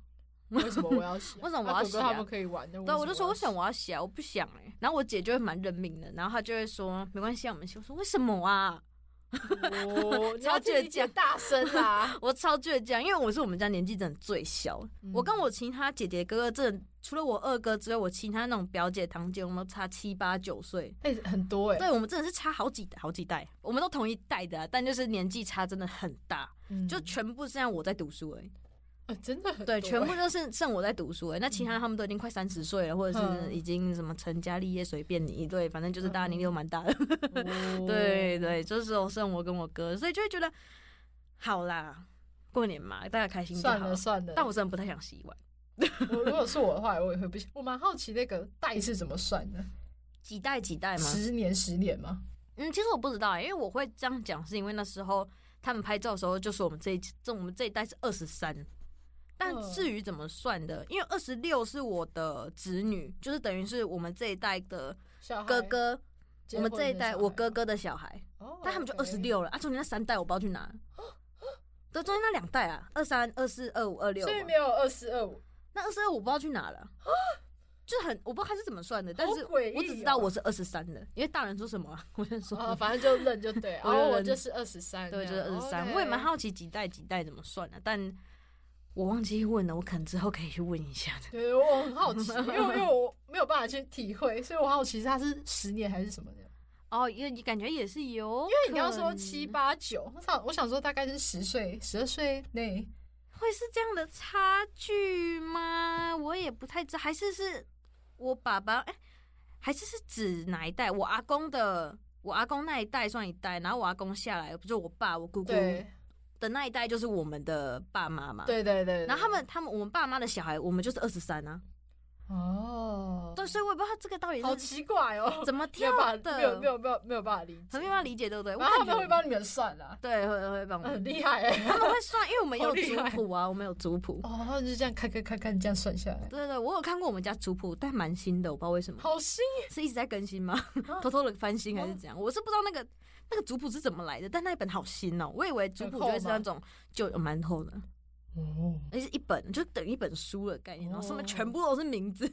Speaker 2: <laughs> 为什么我要洗
Speaker 1: 为什么我
Speaker 2: 啊
Speaker 1: 要
Speaker 2: 哥
Speaker 1: 洗
Speaker 2: 哥他
Speaker 1: 啊
Speaker 2: 们可以玩，那
Speaker 1: 对，我就说我
Speaker 2: 什
Speaker 1: 想
Speaker 2: 么
Speaker 1: 我要洗啊，我不想哎、然后我姐就会蛮认命的，然后她就会说没关系，啊，我们洗。我说为什么啊？
Speaker 2: 要洗？
Speaker 1: <laughs>
Speaker 2: 哦，你要
Speaker 1: 超
Speaker 2: 听
Speaker 1: 倔
Speaker 2: 你姐
Speaker 1: 强！
Speaker 2: 大声啊啦
Speaker 1: 我超倔强，因为我是我们家年纪真的最小， <laughs> 我跟我其他姐姐哥哥真的除了我二哥之外，我其他那种表姐堂姐，我们都差七八九岁。
Speaker 2: 哎很多哎，
Speaker 1: 对，我们真的是差好几好几代，我们都同一代的啊、但就是年纪差真的很大，
Speaker 2: 嗯
Speaker 1: 就全部是让我在读书而已。
Speaker 2: 呃真的很
Speaker 1: 对，
Speaker 2: 多
Speaker 1: 全
Speaker 2: 哎
Speaker 1: 部都是剩我在读书、欸，那其他他们都已经快三十岁了，或者是
Speaker 2: 嗯
Speaker 1: 已经什么成家立业，随便你。对，反正就是大家年龄都蛮大的。
Speaker 2: 哦
Speaker 1: <laughs> 对对，就是只有剩我跟我哥，所以就会觉得好啦，过年嘛，大家开心就好
Speaker 2: 算了。算了，
Speaker 1: 但我真的不太想洗碗，
Speaker 2: 我如果是我的话，我也会不行。我蛮好奇那个代是怎么算的，
Speaker 1: 几代几代嘛。
Speaker 2: 十年十年吗？
Speaker 1: 嗯，其实我不知道、欸，因为我会这样讲，是因为那时候他们拍照的时候就说我们这一这我们这一代是二十三。但
Speaker 2: 嗯
Speaker 1: 至于怎么算的，因为二十六是我的侄女，就是等于是我们这一代的
Speaker 2: 小孩
Speaker 1: 哥，哥，
Speaker 2: 结
Speaker 1: 我
Speaker 2: 婚
Speaker 1: 们
Speaker 2: 的
Speaker 1: 这一代
Speaker 2: 小
Speaker 1: 我
Speaker 2: 孩
Speaker 1: 哥
Speaker 2: 吗，
Speaker 1: 哥的小孩，
Speaker 2: 哦
Speaker 1: 但他们就二
Speaker 2: OK
Speaker 1: 十，六了啊，中间那三代我不知道去哪了。对，中间那两代啊，二三、二四、二五、二六嘛，
Speaker 2: 所以没有二四二五。
Speaker 1: 那二十二我不知道去哪了。就很我不知道他是怎么算的，但是
Speaker 2: 好诡异哦
Speaker 1: 我只知道我是二十三的，因为大人说什么啊、我就说、
Speaker 2: 哦，反正就认就对，然
Speaker 1: <laughs> 我就
Speaker 2: 后我
Speaker 1: 认
Speaker 2: 就是二十三，
Speaker 1: <laughs> 对，就是二十三。
Speaker 2: OK
Speaker 1: 我也蛮好奇几代几代怎么算的、但我忘记问了，我可能之后可以去问一下的。
Speaker 2: 对，我很好奇，因为因为我没有办法去体会，所以我好奇他是十年还是什么的。
Speaker 1: 哦，因为你感觉也是有，因
Speaker 2: 因为你刚刚说七八九，我想我想说大概是十岁、十二岁内，
Speaker 1: 会是这样的差距吗？我也不太知道，还是是我爸爸哎、还是是指哪一代？我阿公的，我阿公那一代算一代，然后我阿公下来，不就我爸、我姑姑
Speaker 2: 对
Speaker 1: 的那一代，就是我们的爸妈嘛。。
Speaker 2: 对对对。
Speaker 1: 啊然后他们他们我们爸妈的小孩，我们就是二十三啊。
Speaker 2: 哦，
Speaker 1: 对，所以我也不知道这个到底
Speaker 2: 好
Speaker 1: 是
Speaker 2: 奇怪哦，
Speaker 1: 怎么
Speaker 2: 没有
Speaker 1: 跳
Speaker 2: 办法，没有
Speaker 1: 的
Speaker 2: 没，有没有没有办法理解
Speaker 1: 很没。办法理解，对不对？我
Speaker 2: 然后他
Speaker 1: 感
Speaker 2: 们
Speaker 1: 觉
Speaker 2: 会帮你们算啦，
Speaker 1: 对会会帮我
Speaker 2: 很
Speaker 1: 们，
Speaker 2: 厉害哎。
Speaker 1: 他们会算，因为我
Speaker 2: <laughs>
Speaker 1: 们
Speaker 2: 好
Speaker 1: 有
Speaker 2: 厉害
Speaker 1: 族谱啊，我们有族谱。
Speaker 2: 哦，他们就这样看看看看这样算下来，
Speaker 1: 对对对，我有看过我们家族谱，但蛮新的，我不知道为什么。
Speaker 2: 好新
Speaker 1: 是一直在更新吗？
Speaker 2: 哦
Speaker 1: <laughs> 偷偷的翻新还是怎样？我是不知道那个那个族谱是怎么来的，但那一本好新哦、我以为族谱就会是那种就蛮厚的，
Speaker 2: 哦，
Speaker 1: 而且一本就等于一本书的概念，然后上面
Speaker 2: 哦
Speaker 1: 全部都是
Speaker 2: <laughs>
Speaker 1: 名字，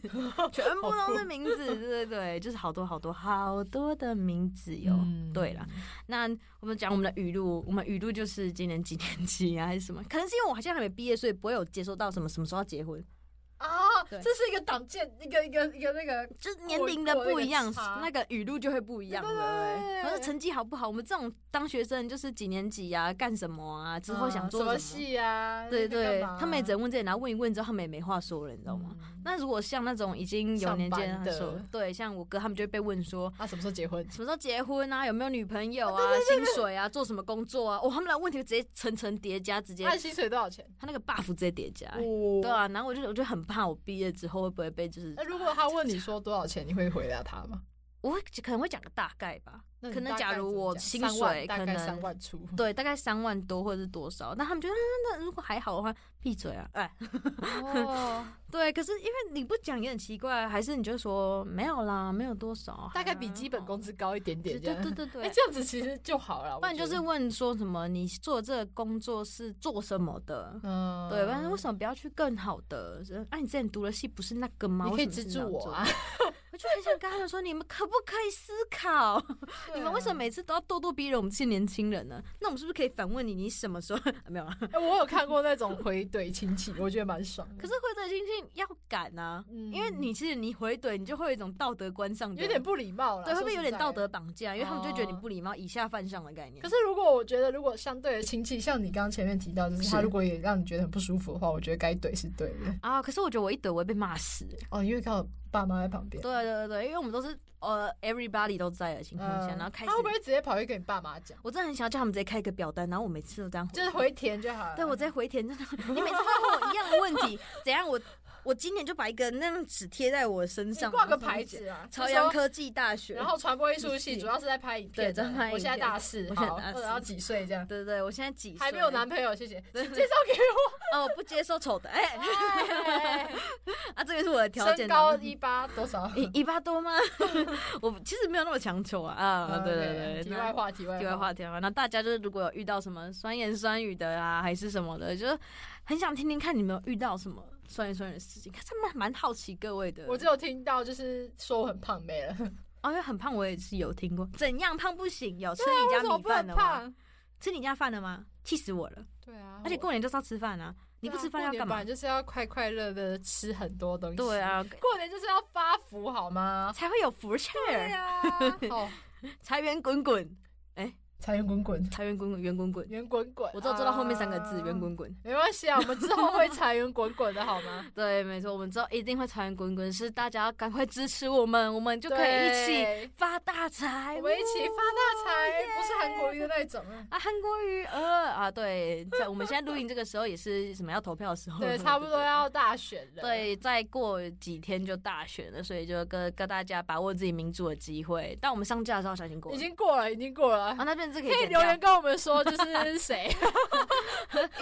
Speaker 1: 全部都是名字，对对对，就是好多好多好多的名字哟。
Speaker 2: 嗯
Speaker 1: 对啦，那我们讲我们的语录，我们语录就是今年几年级啊，还是什么？可能是因为我好像还没毕业，所以不会有接收到什么什么时候要结婚，
Speaker 2: 啊，
Speaker 1: 对
Speaker 2: 这是一个党建，一个一个一个那个
Speaker 1: 就是年龄的不一样
Speaker 2: 过过那个差，
Speaker 1: 那个语录就会不一样
Speaker 2: 对对对对对
Speaker 1: 了。然后成绩好不好，我们这种当学生就是几年级啊，干什么啊，之后想做
Speaker 2: 呃什么
Speaker 1: 么。
Speaker 2: 戏啊？
Speaker 1: 对对
Speaker 2: 干嘛，啊
Speaker 1: 他们也只能问这里，然后问一问之后，他们也没话说了，你知道吗？？
Speaker 2: 嗯
Speaker 1: 那如果像那种已经有年纪
Speaker 2: 上班的
Speaker 1: 说，对，像我哥他们就会被问说
Speaker 2: 啊，什么时候结婚？
Speaker 1: 什么时候结婚啊，有没有女朋
Speaker 2: <laughs>
Speaker 1: 友啊，薪水啊，做什么工作啊？哦，他们的问题直接层层叠加，直接
Speaker 2: 他的薪水多少钱？
Speaker 1: 他那个 buff 直接叠加、欸
Speaker 2: 哎哦
Speaker 1: 对。啊，然后我就我就很怕我毕业之后会不会被就是
Speaker 2: 哎那，如果他问你说多少钱，你会回答他吗？
Speaker 1: 我会可能会讲个大概吧，
Speaker 2: 那你
Speaker 1: 可能
Speaker 2: 大概
Speaker 1: 假如
Speaker 2: 怎么
Speaker 1: 我
Speaker 2: 讲
Speaker 1: 薪
Speaker 2: 三万
Speaker 1: 水
Speaker 2: 大
Speaker 1: 可
Speaker 2: 概
Speaker 1: 能
Speaker 2: 三万
Speaker 1: <laughs>
Speaker 2: 出，
Speaker 1: 对，大概三万多或者是多少？那他们觉得、嗯那如果还好的话，闭嘴啊！哎， <laughs>
Speaker 2: 哦，
Speaker 1: 对，可是因为你不讲也很奇怪，啊还是你就说没有啦，没有多少，
Speaker 2: 大概比基本
Speaker 1: 工
Speaker 2: 工资高一点
Speaker 1: 对
Speaker 2: 点这
Speaker 1: 对
Speaker 2: 样。
Speaker 1: 对对对
Speaker 2: <laughs> 哎，。这样子其实就好了。
Speaker 1: 不然就
Speaker 2: 我觉
Speaker 1: 是
Speaker 2: 得
Speaker 1: 问说什么你做这个工作是做什么的？
Speaker 2: 嗯，
Speaker 1: 对，不然为什么不要去更好的？是哎、你之前读的系不是那个吗？
Speaker 2: 你可以
Speaker 1: 为
Speaker 2: 资
Speaker 1: 什么是
Speaker 2: 助
Speaker 1: 那样
Speaker 2: 我
Speaker 1: 做
Speaker 2: 啊？
Speaker 1: 我就很想跟他们说，你们可不可以思
Speaker 2: <laughs>
Speaker 1: 考？
Speaker 2: 啊
Speaker 1: 你们为什么？每次都要咄咄逼人我们这些年轻人呢？那我们是不是可以反问你，你什么时候、 <laughs> 啊没有啊？
Speaker 2: <laughs> 哎，我有看过那种回怼亲戚，我觉得蛮爽的。
Speaker 1: 可是回怼亲戚要敢啊，
Speaker 2: 嗯
Speaker 1: 因为你其实你回怼，你就会有一种道德观上的
Speaker 2: 有点不礼貌了，
Speaker 1: 对，会
Speaker 2: 说
Speaker 1: 不会有
Speaker 2: 实
Speaker 1: 点
Speaker 2: 在
Speaker 1: 道
Speaker 2: 的
Speaker 1: 德绑架？因为他们就觉得你
Speaker 2: 哦
Speaker 1: 不礼貌，以下犯上的概念。
Speaker 2: 可是如果我觉得，如果相对的亲戚，像你刚刚前面提到，就是他
Speaker 1: 是
Speaker 2: 如果也让你觉得很不舒服的话，我觉得该怼是对的。
Speaker 1: 啊，可是我觉得我一怼我会被骂死。
Speaker 2: 哦，因为刚好爸妈在旁边。
Speaker 1: 对对对对，因为我们都是呃 everybody 都在的情况下，
Speaker 2: 嗯
Speaker 1: 然后开始
Speaker 2: 他，会不会直接跑去跟你爸妈讲？
Speaker 1: 我真的很想要叫他们直接开一个表单，然后我每次都这
Speaker 2: <laughs>
Speaker 1: 样回
Speaker 2: 就是回填就好了。
Speaker 1: 对我直接回填，真的，你每次都问我一样的问
Speaker 2: <laughs>
Speaker 1: 题，怎样我我今年就把一个那张纸贴在我身
Speaker 2: 你
Speaker 1: 上，
Speaker 2: 挂个
Speaker 1: 然后上
Speaker 2: 牌
Speaker 1: 面写
Speaker 2: 子啊，
Speaker 1: 朝
Speaker 2: 就
Speaker 1: 阳
Speaker 2: 说。
Speaker 1: 科技大学，
Speaker 2: 然后传播艺术
Speaker 1: 是 <laughs>
Speaker 2: 系主要是在拍影
Speaker 1: 对
Speaker 2: 片的，
Speaker 1: 在拍影
Speaker 2: 我现在
Speaker 1: 片
Speaker 2: 大四，
Speaker 1: 我现在
Speaker 2: 好，
Speaker 1: 大四
Speaker 2: 然后几岁这样，
Speaker 1: 对对对，我现在几岁
Speaker 2: 还没有男朋友，谢谢，
Speaker 1: <laughs> 对
Speaker 2: 请介绍给我。
Speaker 1: 哦，不接受丑的，哎、
Speaker 2: 哎
Speaker 1: <laughs> 啊，这个是我的条件
Speaker 2: 身
Speaker 1: 呢。
Speaker 2: 高一八多
Speaker 1: <laughs>
Speaker 2: 少？
Speaker 1: 一一八
Speaker 2: <laughs>
Speaker 1: 多吗？我其实没有那么强求啊。啊，
Speaker 2: 嗯
Speaker 1: 对对对，
Speaker 2: 题外
Speaker 1: 那。
Speaker 2: 话，题外
Speaker 1: 题外话，题外话。那大家就是如果有遇到什么酸言酸语的啊，还是什么的，就是很想听听看你们有遇到什么酸言酸语的事情。可是蛮蛮好奇各位的。
Speaker 2: 我只有听到就是说我很胖没
Speaker 1: <laughs>
Speaker 2: 了，
Speaker 1: 哦，因为很胖，我也是有听过。怎样胖不行？有吃
Speaker 2: 啊 <laughs> 为
Speaker 1: 你
Speaker 2: 什
Speaker 1: 家
Speaker 2: 么
Speaker 1: 米
Speaker 2: 不能
Speaker 1: 饭的吗？
Speaker 2: 胖？
Speaker 1: 吃你家饭的吗？气死我了！
Speaker 2: 对啊，
Speaker 1: 而且
Speaker 2: 我
Speaker 1: 过年就是要吃饭啊，你不
Speaker 2: 对啊
Speaker 1: 吃饭
Speaker 2: 过
Speaker 1: 要
Speaker 2: 年
Speaker 1: 干
Speaker 2: 本
Speaker 1: 嘛
Speaker 2: 来？就是要快快乐乐地吃很多东西。
Speaker 1: 对，啊，
Speaker 2: 过年就是要发福好吗？
Speaker 1: 才会有福气儿， <laughs>
Speaker 2: 啊，哦，
Speaker 1: 财源滚滚，
Speaker 2: 财源滚滚，
Speaker 1: 财源滚滚，圆滚滚。
Speaker 2: 圆滚滚。
Speaker 1: 我只有做到后面三个字，
Speaker 2: 啊
Speaker 1: 圆。滚滚。
Speaker 2: 没关系啊，我们之后会财源滚滚的好吗？
Speaker 1: 对，没错，我们知道一定会财源滚滚，是大家要赶快支持我们，我 <laughs> 们就可以一起
Speaker 2: 对，
Speaker 1: 发大财，
Speaker 2: 我们一起发大财，
Speaker 1: 哦
Speaker 2: 不是韩国。瑜的那一种 <laughs> 啊。
Speaker 1: 啊，韩国语，呃啊，对，在我们现在录音这个时候也是什么要投票的时候，
Speaker 2: 哦对，差不多要大选了。，
Speaker 1: 对，再过几天就大选了，所以就跟跟大家把握自己民主的机会。但我们上架的时候，小心过了
Speaker 2: 已经过了，已经过了
Speaker 1: 啊，。那变但这可
Speaker 2: 可以
Speaker 1: 剪
Speaker 2: 留
Speaker 1: 掉
Speaker 2: 言跟我们说，就是 <laughs> 谁
Speaker 1: <laughs>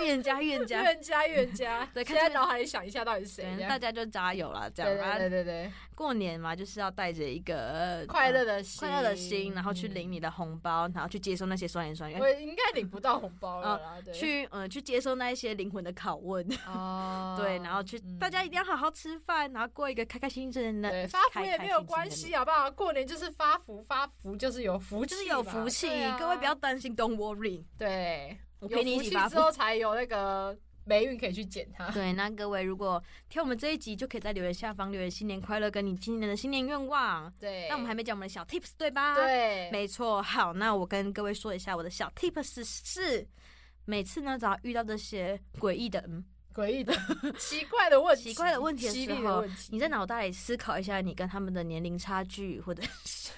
Speaker 1: 预言家，预
Speaker 2: <laughs>
Speaker 1: 言家，
Speaker 2: 冤家冤家，
Speaker 1: <laughs> 对看
Speaker 2: 现在
Speaker 1: 这边
Speaker 2: 脑海里想一下到底是谁
Speaker 1: 对，
Speaker 2: 这
Speaker 1: 大
Speaker 2: 样。
Speaker 1: 家就加油啦，这
Speaker 2: 对
Speaker 1: 样
Speaker 2: 对对
Speaker 1: 啊。
Speaker 2: 对对，
Speaker 1: 过年嘛，就是要带着一个
Speaker 2: 快乐
Speaker 1: 呃
Speaker 2: 的心，
Speaker 1: 快乐的心，然后去领你的红包，然后去接受那些酸言酸语
Speaker 2: 嗯。，我应该领不到红包了啦，对
Speaker 1: 去嗯、呃去接受那一些灵魂的拷问，
Speaker 2: <laughs> 哦
Speaker 1: 对，然后去、
Speaker 2: 嗯
Speaker 1: 大家一定要好好吃饭，然后过一个开开心心的
Speaker 2: 对
Speaker 1: 年，
Speaker 2: 发福也没有关系，好不好？过年就是发福，发福就是有福气
Speaker 1: 啊就
Speaker 2: 嘛，
Speaker 1: 是有福气，
Speaker 2: 对啊
Speaker 1: 各位不要担心，Don't worry，
Speaker 2: 对，
Speaker 1: 我陪
Speaker 2: 有
Speaker 1: 你一
Speaker 2: 福
Speaker 1: 起
Speaker 2: 气
Speaker 1: 发
Speaker 2: 之
Speaker 1: 福。
Speaker 2: 后才有那个霉运可以去捡
Speaker 1: <laughs>
Speaker 2: 它。
Speaker 1: 对，那各位如果听我们这一集，就可以在留言下方留言新年快乐，跟你今年的新年愿望。
Speaker 2: 对，
Speaker 1: 那我们还没讲我们的小 tips 对吧？，
Speaker 2: 对，
Speaker 1: 没啊错。好，那我跟各位说一下我的小 tips 是，每次呢只要遇到这些诡异的嗯
Speaker 2: 诡
Speaker 1: <laughs>
Speaker 2: 异的、奇怪的问题、
Speaker 1: 奇怪的问题的
Speaker 2: 犀
Speaker 1: 时
Speaker 2: 利
Speaker 1: 候
Speaker 2: 问题
Speaker 1: 你在脑袋里思考一下，你跟他们的年龄差距，或者是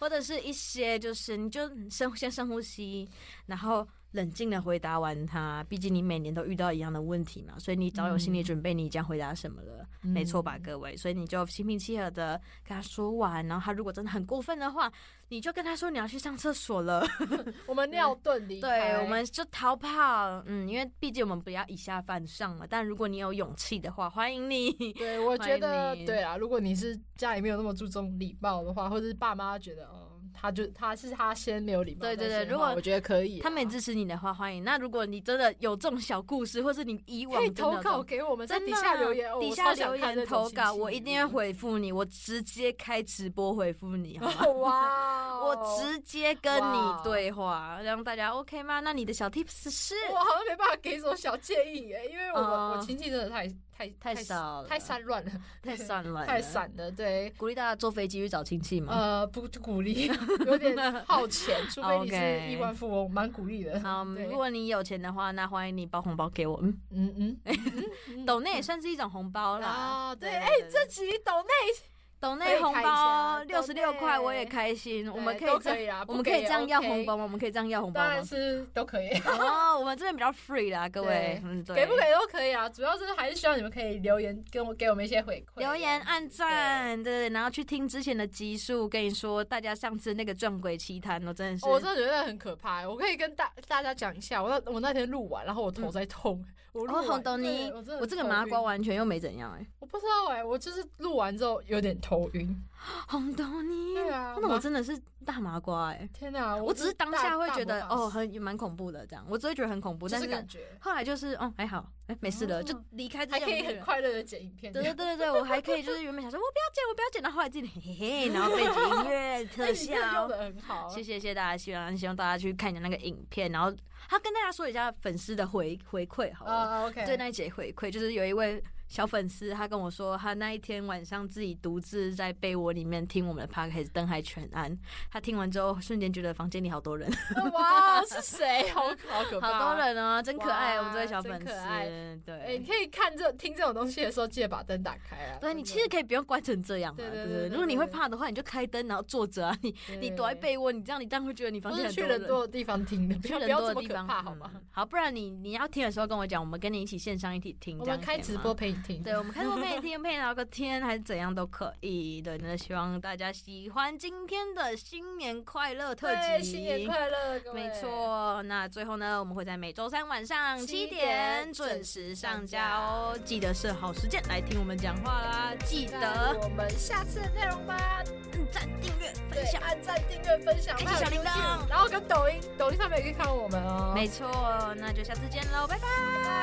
Speaker 1: 或者是一些就是，你就深先深呼吸，然后冷静的回答完他。毕竟你每年都遇到一样的问题嘛，所以你早有心理准备，你将回答什么了，没错吧，
Speaker 2: 嗯
Speaker 1: 各位？所以你就心平气和的跟他说完，然后他如果真的很过分的话，你就跟他说你要去上厕所了。
Speaker 2: 我们尿遁离开
Speaker 1: 对，我们就逃跑，嗯，因为毕竟我们不要以下犯上嘛。但如果你有勇气的话，欢迎你。
Speaker 2: 对，我觉得
Speaker 1: <laughs> 欢迎你
Speaker 2: 对啊。如果你是家里没有那么注重礼貌的话，或者是爸妈觉得哦，他就他是他先没有礼貌
Speaker 1: 对
Speaker 2: 再
Speaker 1: 对
Speaker 2: 先
Speaker 1: 对
Speaker 2: 的话，
Speaker 1: 如果
Speaker 2: 我觉得可以啊，
Speaker 1: 他们也支持你的话，欢迎。那如果你真的有这种小故事，或是你以往
Speaker 2: 可以
Speaker 1: 真的有
Speaker 2: 投
Speaker 1: 这
Speaker 2: 稿
Speaker 1: 种，
Speaker 2: 给我们，在
Speaker 1: 真
Speaker 2: 底
Speaker 1: 的啊
Speaker 2: 下留言，哦
Speaker 1: 底
Speaker 2: 我
Speaker 1: 下
Speaker 2: 超想
Speaker 1: 留
Speaker 2: 看
Speaker 1: 言
Speaker 2: 这种
Speaker 1: 投
Speaker 2: 信
Speaker 1: 稿，
Speaker 2: 息
Speaker 1: 我一定会回复你，我直接开直播回复你，好
Speaker 2: <laughs>
Speaker 1: 吗？
Speaker 2: 哇哦，
Speaker 1: 我直接跟
Speaker 2: 哇哦
Speaker 1: 你对话，让大家 OK 吗？那你的小 tips 是
Speaker 2: 我好像没办法给什么小建议耶，因为我们、
Speaker 1: 哦
Speaker 2: 我亲戚真的太太
Speaker 1: 太
Speaker 2: 散
Speaker 1: 少了，
Speaker 2: 太散乱了，
Speaker 1: 太散
Speaker 2: <laughs>
Speaker 1: 了，嗯
Speaker 2: 太。散了，对。
Speaker 1: 鼓励大家坐飞机去找亲戚吗？
Speaker 2: 呃，不鼓励，
Speaker 1: <laughs>
Speaker 2: 有点耗钱，除非你是
Speaker 1: OK
Speaker 2: 亿万富翁，蛮鼓励的。
Speaker 1: 好，
Speaker 2: 嗯对
Speaker 1: 如果你有钱的话，那欢迎你包红包给我。嗯，
Speaker 2: 嗯嗯嗯，
Speaker 1: 抖内也算是一种红包啦。
Speaker 2: 啊，对，
Speaker 1: 对
Speaker 2: 哎
Speaker 1: 对，对
Speaker 2: 这集抖内
Speaker 1: 抖内红包
Speaker 2: 可以开
Speaker 1: 六
Speaker 2: 一下
Speaker 1: 十六块，
Speaker 2: 抖内
Speaker 1: 我也开心。我们可
Speaker 2: 对
Speaker 1: 以
Speaker 2: 哎都
Speaker 1: 这
Speaker 2: 可以啦，
Speaker 1: 我
Speaker 2: 啊不
Speaker 1: 们
Speaker 2: 给
Speaker 1: 可以
Speaker 2: 也
Speaker 1: 这样要
Speaker 2: OK
Speaker 1: 红包，吗？我们可以这样要红包
Speaker 2: 当然
Speaker 1: 吗？
Speaker 2: 是都可以，
Speaker 1: <laughs> 哦，我们这边比较 free 啦，各位
Speaker 2: 对，
Speaker 1: 嗯，对，
Speaker 2: 给不给都可以啊，主要是还是希望你们可以留言跟我给我们一些回馈，
Speaker 1: 留言、按赞，对，然后去听之前的集数，跟你说，大家上次那个撞鬼奇谈，我真的是，
Speaker 2: 哦我真的觉得很可怕欸。我可以跟大大家讲一下，我那我那天录完，然后我头在痛， <laughs> 我录
Speaker 1: 嗯哦，
Speaker 2: 完
Speaker 1: 红豆
Speaker 2: 对
Speaker 1: 泥
Speaker 2: 我真，的
Speaker 1: 我这个
Speaker 2: 头
Speaker 1: 麻
Speaker 2: 晕
Speaker 1: 瓜，完全又没怎样哎，
Speaker 2: 我不知道哎、我就是录完之后有点头晕。
Speaker 1: 红豆泥，
Speaker 2: 对啊
Speaker 1: 那
Speaker 2: 麻
Speaker 1: 我真的是大麻瓜哎，
Speaker 2: 天哪，
Speaker 1: 我只是当下会觉得哦，
Speaker 2: 很，
Speaker 1: 很也蛮恐怖的这样，我只会觉得很恐怖，
Speaker 2: 就
Speaker 1: 但
Speaker 2: 是
Speaker 1: 是
Speaker 2: 感觉
Speaker 1: 后来就是哦还好，哎没事了，
Speaker 2: 哦
Speaker 1: 就离开这
Speaker 2: 还
Speaker 1: 样
Speaker 2: 可以
Speaker 1: 那
Speaker 2: 很
Speaker 1: 个
Speaker 2: 快乐的剪影片。
Speaker 1: 对对对对对，我还可以，就是原本想说我不要剪，我不要剪，然后后来自己嘿嘿，然后背景音
Speaker 2: <laughs>
Speaker 1: 乐
Speaker 2: 哎
Speaker 1: 特
Speaker 2: 你真的用
Speaker 1: 效，
Speaker 2: 的很好，
Speaker 1: <laughs> 谢谢谢谢大家，希望希望大家去看一下那个影片，然后他跟大家说一下粉丝的回回馈好了，
Speaker 2: 啊，OK，
Speaker 1: 对那一节回馈，就是有一位小粉丝，他跟我说，他那一天晚上自己独自在被窝里面听我们的 podcast，灯还全暗，他听完之后瞬间觉得房间里好多人，
Speaker 2: 哦哇，是谁？
Speaker 1: <laughs>
Speaker 2: 好好可怕，
Speaker 1: 好多。人哦，真可爱，
Speaker 2: 哇
Speaker 1: 我们这位小粉
Speaker 2: 真可爱
Speaker 1: 丝，
Speaker 2: 哎，
Speaker 1: 对
Speaker 2: 你。可以看这听这种东西的时候，记得把灯打开啊。
Speaker 1: 对你其实可以不用关成这样嘛，
Speaker 2: 对
Speaker 1: 啊
Speaker 2: 对
Speaker 1: 对
Speaker 2: 对对
Speaker 1: 对。如果你会
Speaker 2: 对对
Speaker 1: 怕的话，你就开灯，然后坐着啊，你
Speaker 2: 以
Speaker 1: 你躲在被窝，你这样你这样会觉得你房
Speaker 2: 不是
Speaker 1: 间很
Speaker 2: 去
Speaker 1: 多
Speaker 2: 人多的地方听的，不
Speaker 1: 去
Speaker 2: 要不
Speaker 1: 人
Speaker 2: 要
Speaker 1: 多
Speaker 2: 这
Speaker 1: 的
Speaker 2: 么
Speaker 1: 地
Speaker 2: 可
Speaker 1: 方
Speaker 2: 怕好吗？
Speaker 1: 嗯好，不然你你要听的时候跟我讲，我们跟你一起线上一起听，
Speaker 2: 我
Speaker 1: 这样
Speaker 2: 们开
Speaker 1: 可以
Speaker 2: 直
Speaker 1: 吗
Speaker 2: 播。陪你听。
Speaker 1: 对，我们开直播陪你听，陪你聊个天，还是怎样都可以。对，那希望大家喜欢今天的新年快乐特
Speaker 2: 对，
Speaker 1: 辑，
Speaker 2: 新年快乐，各位
Speaker 1: 没，错，那最后呢，我们会在每周三晚上
Speaker 2: 七
Speaker 1: 七
Speaker 2: 点
Speaker 1: 点
Speaker 2: 准
Speaker 1: 准
Speaker 2: 时
Speaker 1: 时
Speaker 2: 上
Speaker 1: 上
Speaker 2: 架
Speaker 1: 架哦，记得设好时间来听我们讲话啦，记
Speaker 2: 那
Speaker 1: 得
Speaker 2: 我们下次的内容吧，
Speaker 1: 按赞、订阅、
Speaker 2: 对
Speaker 1: 分，享。
Speaker 2: 按赞、订阅、分享，
Speaker 1: 开启
Speaker 2: 还有
Speaker 1: 小铃铛
Speaker 2: YouTube，然后跟抖音，抖音上面也可以看我们哦。
Speaker 1: 没错，那就下次见喽，拜拜。